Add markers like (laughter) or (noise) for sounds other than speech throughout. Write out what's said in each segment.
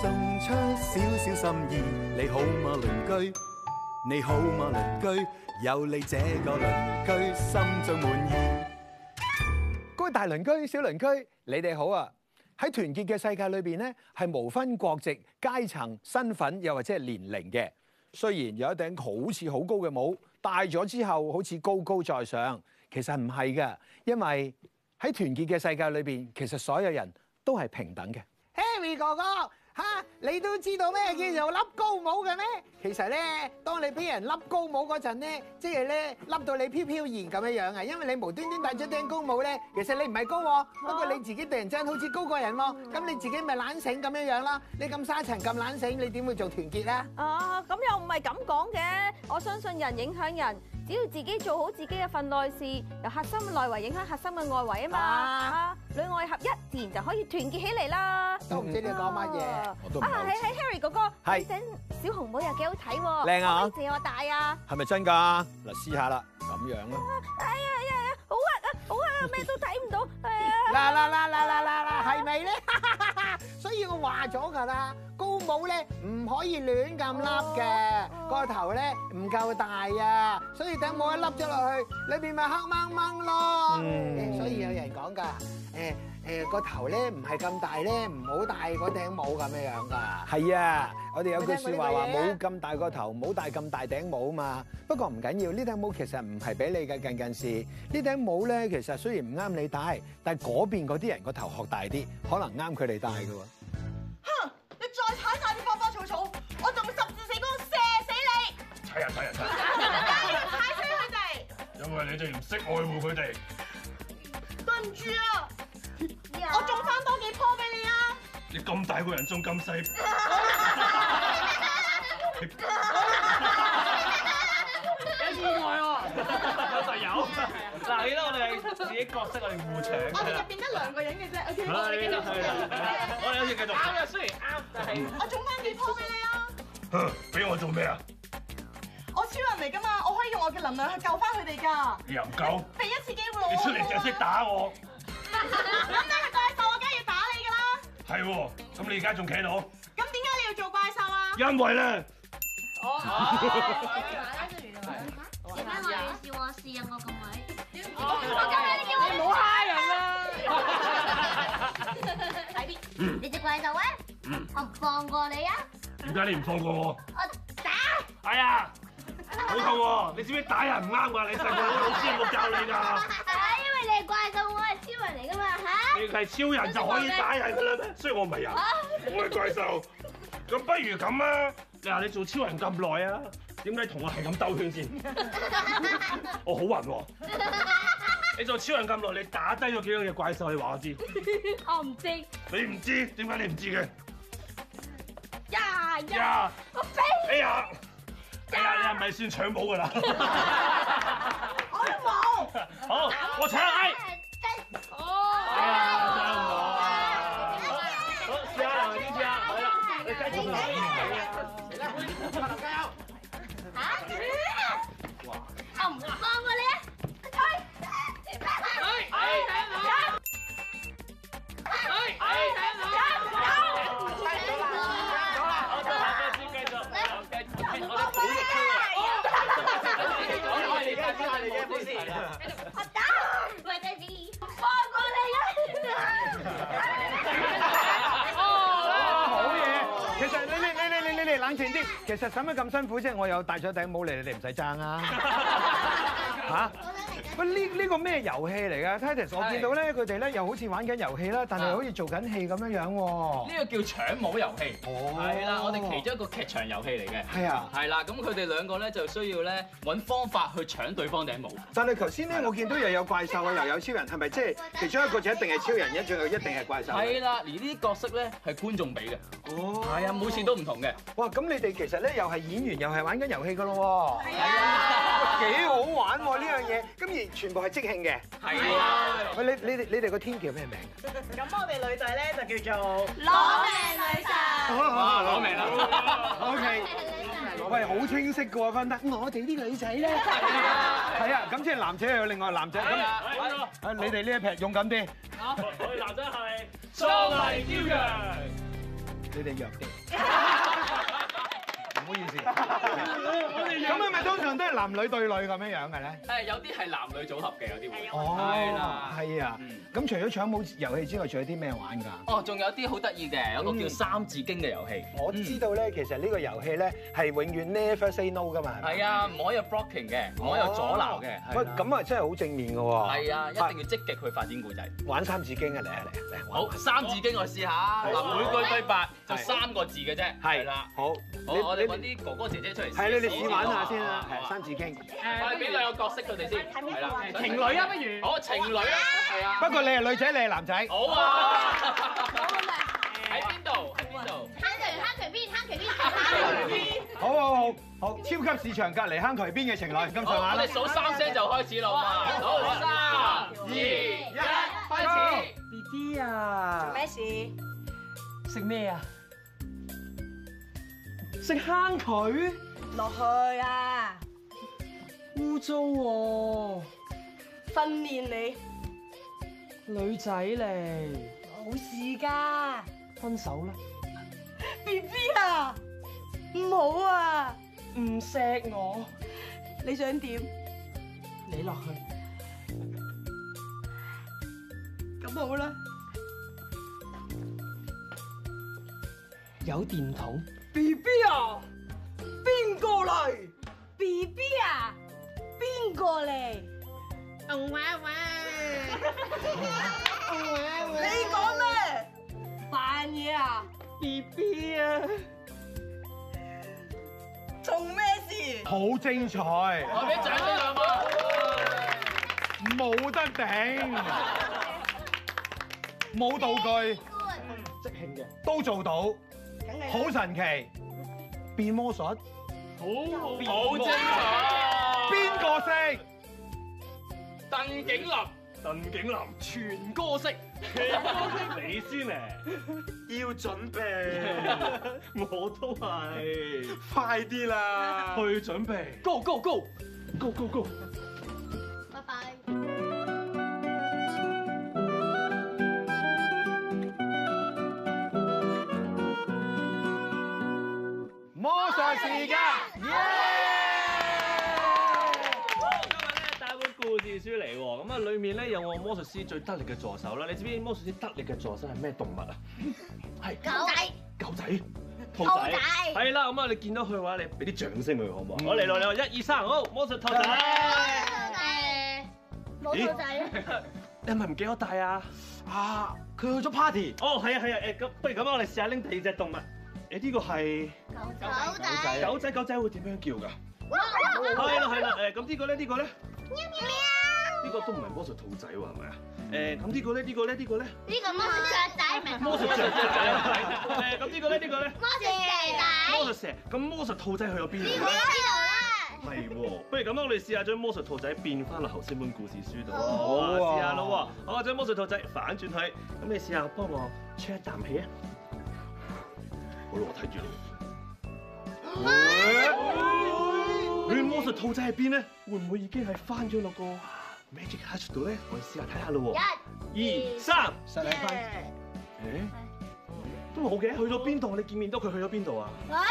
送出少少心意，你好嗎鄰居？你好嗎鄰居？有你這個鄰居，心中滿意。各位大鄰居、小鄰居，你哋好啊！喺團結嘅世界裏邊呢，係無分國籍、階層、身份，又或者係年齡嘅。雖然有一頂好似好高嘅帽，戴咗之後好似高高在上，其實唔係嘅，因為喺團結嘅世界裏邊，其實所有人都係平等嘅。 Harry 哥哥。嚇！你都知道咩叫做笠高帽嘅咩？其實咧，當你俾人笠高帽嗰陣咧，即係咧笠到你飄飄然咁樣樣啊！因為你無端端戴咗頂高帽咧，其實你唔係高喎，不過你自己突然間好似高過人喎，咁你自己咪懶醒咁樣樣啦！你咁沙塵咁懶醒，你點會做團結咧？啊！咁又唔係咁講嘅，我相信人影響人，只要自己做好自己嘅份內事，由核心嘅內圍影響核心嘅外圍啊嘛，裏外合一，自然就可以團結起嚟啦。都唔知你講乜嘢。我都唔啊，係係 Harry 哥哥，係呢頂小紅帽又幾好睇喎，靚啊可唔可以借我戴啊！係咪真㗎？嗱，試下啦，咁樣啦。哎呀呀呀，好黑啊，好黑啊，咩都睇唔到，係啊！嗱嗱嗱嗱嗱嗱嗱，係咪咧？ (laughs) 所以我話咗㗎啦，高帽咧唔可以亂咁笠嘅，個頭咧唔夠大啊，所以頂帽一笠咗落去，裏邊咪黑掹掹咯。嗯誒所以有人講㗎，誒誒個頭咧唔係咁大咧，唔好戴嗰頂帽咁樣樣㗎。係啊，我哋有句説話話有冇聽冇咁大個頭，冇戴咁大頂帽嘛。不過唔緊要，呢頂帽其實唔係俾你嘅近近視。呢頂帽咧其實雖然唔啱你戴，但係嗰邊嗰啲人個頭殼大啲，可能啱佢哋戴嘅喎。哼！你再踩晒啲花花草草，我仲會十字死光射死你！睇下睇下睇下，梗要踩死佢哋！因為你哋唔識愛護佢哋。對唔住啊，啊我種翻多幾棵俾你啊！你咁大個人仲咁細，有嗱，記得我哋係自己角色，我哋互搶我哋㗎入啦。邊得兩個人嘅啫，OK？啊係啦，係啦，係啦我哋好似繼續啱嘅，雖然啱，但係我種翻幾棵俾你啊！哼俾我做咩啊？我超人嚟噶嘛，我可以用我嘅能量去救翻佢哋㗎。你又唔夠，俾一次機會我。你出嚟就識。打我。諗到係怪獸，我梗係要打你㗎啦。係喎，咁你而家仲企喺度？咁點解你要做怪獸啊？因為咧，哦點解我要笑我試啊？我咁位，你唔好蝦人啊啦！ (laughs) 睇啲你只怪獸啊！我唔放過你啊！點解你唔放過我？我打哎呀，好痛喎！你知唔知打人唔啱啊㗎？你細個 (laughs) 老師有冇教你㗎？啊！因為你係怪獸，我係超人嚟噶嘛嚇！你係超人就可以打人㗎啦 (laughs) 咩？雖然我唔係人，我係怪獸。咁不如咁啊！嗱，你做超人咁耐啊，點解同我係咁兜圈 (laughs) 先？我好暈喎！你做超人咁耐，你打低咗幾多隻怪獸？你話我知。我唔知，你唔知點解你唔知呀嘅？呀！我俾哎呀！哎呀！你係咪算搶寶㗎啦？我都冇。好，我搶哎！哎呀！搶唔到啊好，試下啦，呢次啊，好啦，你繼續啦。我唔放過你啊！我哋下個先繼續，繼續，我哋好嘅超人，我哋講我哋嘅超人嘅故事。我打，喂，弟弟，放過你好嘢！其實你你你你你你冷靜啲，其 (laughs) 實使乜咁辛苦啫？我有戴咗頂帽嚟，你哋唔使爭啊！嚇！啊！喂，呢呢個咩遊戲嚟㗎？Titus，我見到咧佢哋咧又好似玩緊遊戲啦，但係啊又好似做緊戲咁樣樣喎。呢個叫搶帽遊戲，哦係啦，我哋其中一個劇場遊戲嚟嘅。係啊，係啦，咁佢哋兩個咧就需要咧揾方法去搶對方頂帽。但係頭先咧我見到又有怪獸啊，又有超人，係咪即係其中一個就一定係超人，一仲有一定係怪獸？啊係啦，而呢啲角色咧係觀眾俾嘅，哦係啊，每次都唔同嘅。哇！咁你哋其實咧又係演員，又係玩緊遊戲㗎咯喎。係啊，幾好玩喎呢樣嘢，咁而全部係即興嘅。係啊，喂，你你哋你哋個天叫咩名？咁我哋女仔咧就叫做攞命女神，哇，Ờ, 攞命啦！ O K，喂，好清晰嘅喎，分得。我哋啲女仔咧，係啊，咁即係男仔又有另外男仔。咁啊，揾咗啊，你哋呢一劈勇敢啲，我哋男仔係壯麗驕陽。你哋弱啲。唔好意思。咁係咪通常都係男女對女咁樣樣嘅咧？誒有啲係男女組合嘅，有啲會。係哦啦，係啊。咁除咗搶舞遊戲之外，仲有啲咩玩㗎？哦，仲有啲好得意嘅，有個叫三字經嘅遊戲。嗯嗯我知道咧，其實呢個遊戲咧係永遠 never say no 㗎嘛。係咪係啊，唔可以有 blocking 嘅，唔可以有阻撓嘅。喂，咁啊真係好正面嘅喎。係啊，一定要積極去發展故仔。玩三字經啊，嚟啊嚟啊嚟啊。好，三字經我試下，嗱每句對白就三個字嘅啫。啊係啦，好，好，你我哋你揾啲哥哥姐姐出嚟。係你哋試玩下先啦，好係三字經。我哋俾兩個角色佢哋先，係啦，情侶啊，不如。好，情侶啊，係啊。不過你係女仔，你係男仔。好啊。喺邊度？喺邊度？坑渠坑渠邊坑渠邊坑渠邊。好好好好，超級市場隔離坑渠邊嘅情侶咁上好，下我啦哋。數三聲就開始啦嘛。好，三二一，開始。 B B 啊，咩事？食咩啊？食坑渠，落去啊！污糟喎，訓練你女仔嚟，冇事噶分手啦， ，B B 啊，唔好啊！唔錫我，你想點？你落去，咁好啦，有電筒， B B 啊，邊個嚟？B B à? 啊，邊個嚟？你講咩？扮嘢 à? 啊？ B B 啊，做咩事？好精彩，我俾獎你兩個。冇得頂，冇道具即興嘅，都做到，梗係好神奇。變魔術，好精彩！邊個識？鄧景林鄧景林。全歌式，你先嚟，要準備， (laughs) 我都係，快啲啦，去準備，Go Go Go，Go Go Go，拜拜。魔術時間，今日咧帶本故事書嚟喎，咁啊裡面咧有我魔術師最得力嘅助手啦，你知唔知魔術師得力嘅助手係咩動物啊？係狗仔，狗仔。兔兔仔嗯係啦，咁啊，你見到佢嘅話，你俾啲掌聲佢好唔啊好？我嚟咯，你話一二三，好，魔術兔仔，誒，冇兔仔，你係咪唔記得帶啊？啊，佢去咗 party，哦，係啊，係啊，誒，咁不如咁啊，我哋試下拎第二隻動物，誒，呢個係。狗仔，狗仔狗仔會點樣叫㗎？係啦係啦，誒咁呢個咧呢個咧，呢個都唔係魔術兔仔喎係咪啊？誒咁呢個咧呢個咧呢個咧，呢個魔術雀仔唔係魔術雀仔啊！ (laughs) 誒咁呢個咧呢個咧，魔術蛇仔，魔術蛇，咁魔術兔仔去咗邊哎呢個啊？知道啦。係喎，不如咁啊，我哋試下將魔術兔仔變翻落頭先本故事書度啊！好啊試下啦喎，好啊，將魔術兔仔反轉佢，咁你試下幫我吹一啖氣啊！好啦，我睇住啊你。你魔術兔仔喺邊咧？會唔會已經係翻咗落個 Magic Hatch 度咧？我哋試下睇下咯喎。一、二、三，實力分。誒，都好嘅。去咗邊度？你見唔見到佢去咗邊度啊？哇！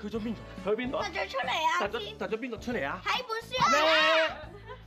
去咗邊度？去咗邊度啊？咗出嚟啊突咗突咗邊度出嚟啊？喺本書入邊啊，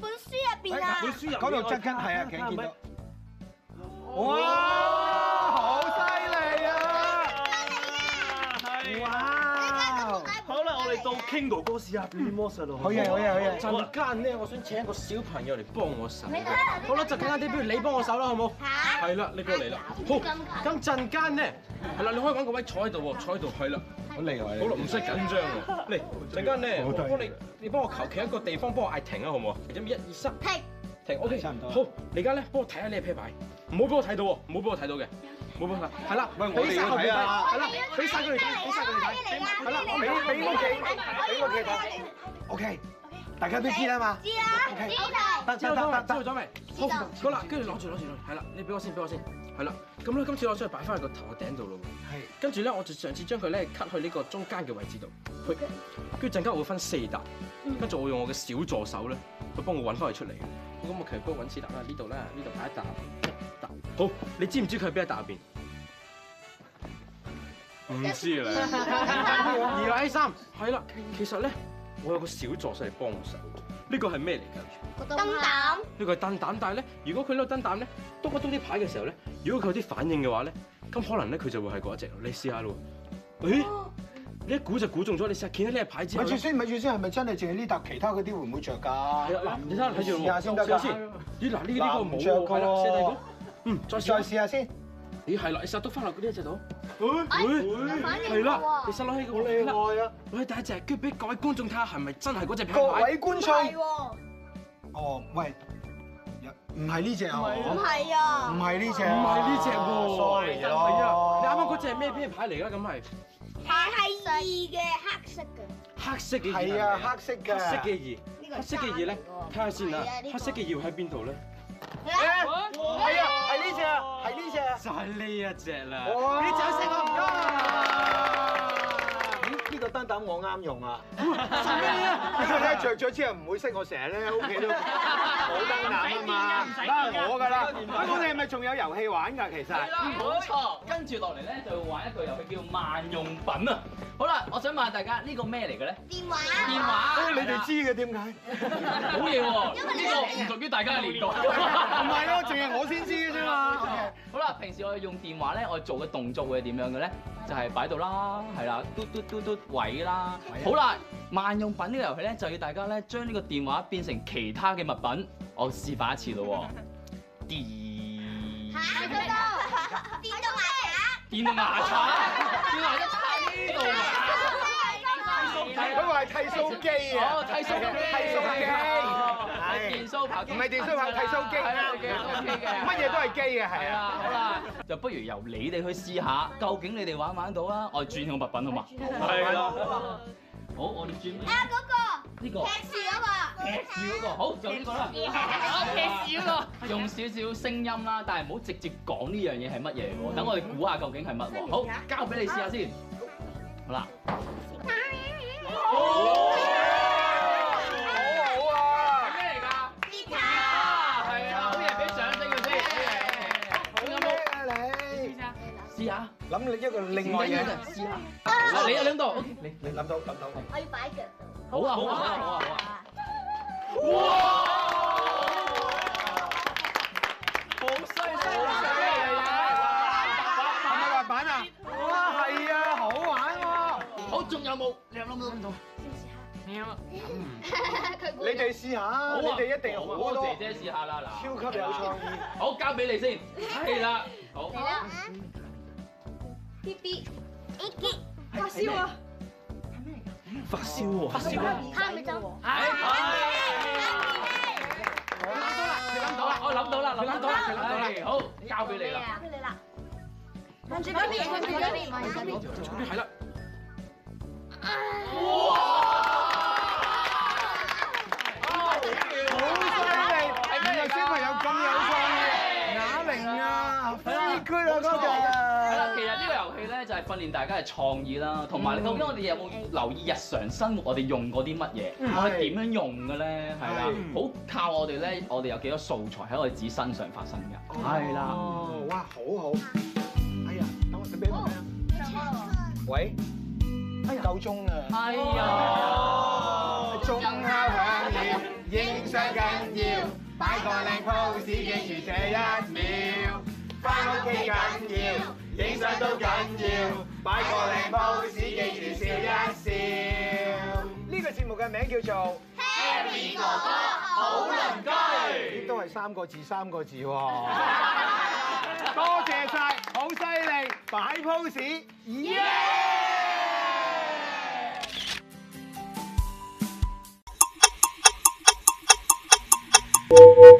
本書入邊啊，本書入面嗰度側跟我係啊，睇其下實見咪到。哇！好犀利啊！係哇！好啦，我哋到當 Kingo 哥試下表演魔術咯。好嘢好嘢好嘢陣間咧，我想請一個小朋友嚟幫我手 à? 好啦，陣間啲不如你幫我手啦，好冇？係啦，你過嚟啦。好，咁陣間咧，係啦，你可以揾個位坐喺度喎，坐喺度，係啦。好厲害！好啦，唔使緊張喎。嚟，陣間咧，我幫你，你幫我求其一個地方幫我嗌停啊，好唔好啊？準備一二三，停，停，OK，差唔多。好，你而家咧幫我睇下你嘅啤牌，唔好俾我睇到喎，唔好俾我睇到嘅。冇冇啦，係啦，喂，我哋要睇 à, 啊，係啦，俾晒佢哋睇，俾晒佢哋睇，係啦，俾俾屋企，俾屋企睇，OK，大家都知啦嘛，知啦，知道。得得得得，知道咗知未？道好，好啦，跟住攞住攞住攞住，係啦，你俾我先，俾我先，係啦，咁咧今次攞出去擺翻喺個頭頂度咯喎，係，跟住咧我就上次將佢咧 cut 去呢個中間嘅位置度，去，跟住陣間我會分四笪，跟住我會用我嘅小助手咧去幫我揾翻佢出嚟，咁我其實幫我揾次笪啦，呢度啦，呢度擺一笪，一笪，好，你知唔知佢喺邊一笪入邊？唔知啊啦。二奶三，係啦，其實咧，我有個小助手嚟幫我手。呢個係咩嚟燈㗎？膽。呢個係燈膽，但係咧，如果佢攞燈膽咧，篤一篤啲牌嘅時候咧，如果佢有啲反應嘅話咧，咁可能咧佢就會係嗰一隻咯。你試下咯哦喎。誒，你一估就估中咗，你試下見到呢隻牌之後咪呢住先，咪住先，係咪真係淨係呢笪？其他嗰啲會唔會着㗎？係啊，嗱，你睇下睇住試下先得試下㗎先。咦，嗱呢呢個嗱唔冇着喎，㗎係啦，喎試下第二個。嗯，再試下再試。下先，咦，係啦，你實篤翻落呢一隻度。哎有反應係啦喎，你實攞起好個係啦厲害啊！攞起第一隻，跟住俾各位觀眾睇下係咪真係嗰隻啤牌。各位觀眾，喎，哦，喂，唔係呢只啊，唔唔係啊，係呢只，唔係呢隻喎，sorry 咯，係啊，你啱啱嗰隻係咩啤牌嚟㗎？咁係係係二嘅黑色嘅，黑色嘅二係咪啊，黑色嘅，黑色呢嘅二，個黑色嘅二咧，睇下先啊，黑色嘅二喺邊度咧？係啊，係呢只啊，係呢只啊，就係呢一隻啦。哇你掌聲我唔該。咦，呢個燈膽我啱用啊，做 (laughs) 咩啊？因為咧着咗之後唔會識我成日咧 (laughs) 屋企都冇燈膽啊嘛，得我㗎啦。咁我哋係咪仲有遊戲玩㗎？其實係啦，冇錯。跟住落嚟咧，就會玩一個遊戲叫萬用品啊。好啦，我想問大家呢個咩嚟嘅咧？電話。電話。哦你哋知嘅點解？好嘢喎，呢個唔屬於大家嘅年代。唔係咯，淨係我先知嘅啫嘛。好啦，平時我哋用電話咧，我做嘅動作會係點樣嘅咧？就係擺到啦，係啦，嘟嘟嘟嘟位啦。啊好啦，萬用品呢個遊戲咧，就要大家咧將呢個電話變成其他嘅物品。我示範一次咯喎，(laughs) 電嚇，到到，電到牙刷。電動牙刷， (laughs) 電動牙刷插呢度啊！佢話係剃鬚機啊！哦，剃鬚機，哦剃鬚機，係電鬚刨，唔係電鬚刨，剃鬚機係啦啊，剃鬚機嘅，乜嘢都係機嘅，係係啊。啦，好啦，就不如由你哋去試下，究竟你哋玩唔玩到啊？我轉個物品好嘛？係啦，好，我哋轉啊嗰個，呢個踢士嗰個。劈笑嗰個，好就呢個啦。劈笑個，用少少聲音啦，但係唔好直接講呢樣嘢係乜嘢喎。等我哋估下究竟係乜喎。好，交俾你試下先。好啦，好好啊！咩嚟㗎？鐵啊，係啊，好嘢，俾塔。掌聲佢先。仲有冇你試下？諗你一個另外嘢，試下。啊，你有兩度，OK，你你諗到諗到。我要擺腳度。好啊，好啊，好啊，好啊。係咪滑板啊？哇，係啊，好玩喎！好，仲有冇？你有冇諗到？佢你哋試下，你哋一定好好多姐，姐試下啦，嗱，超級有創意。好，交俾你先。係啦，好。啦。B B。A K。發燒啊！發燒喎！發燒啊！哈咪走。係。諗到啦，我諗到啦，諗到啦，諗到啦。好，交俾你啦。俾你啦。望住嗰邊，望住嗰邊，望住嗰邊。係啦，好犀利！原來小朋友咁有創意，啞鈴啊，飛區啊嗰係啦，其隻。實呢個遊戲咧就係訓練大家嘅創意啦，同埋究竟我哋有冇留意日常生活我哋用過啲乜嘢，我哋點樣用嘅咧？係啦，好靠我哋咧，我哋有幾多素材喺我哋自己身上發生㗎。係啦，哦，哇，好好。哎呀，等我你俾我睇啊。喂，夠鐘啦。哎呀，鐘敲響了，影相緊要，擺個靚 pose 記住這一秒。翻屋企緊要，影相都緊要，擺個靚 pose 記住笑一笑。目嘅名叫做 Harry 哥哥好鄰居亦都係三個字三個字喎。多謝晒，好犀利，擺 pose，耶！ Harry。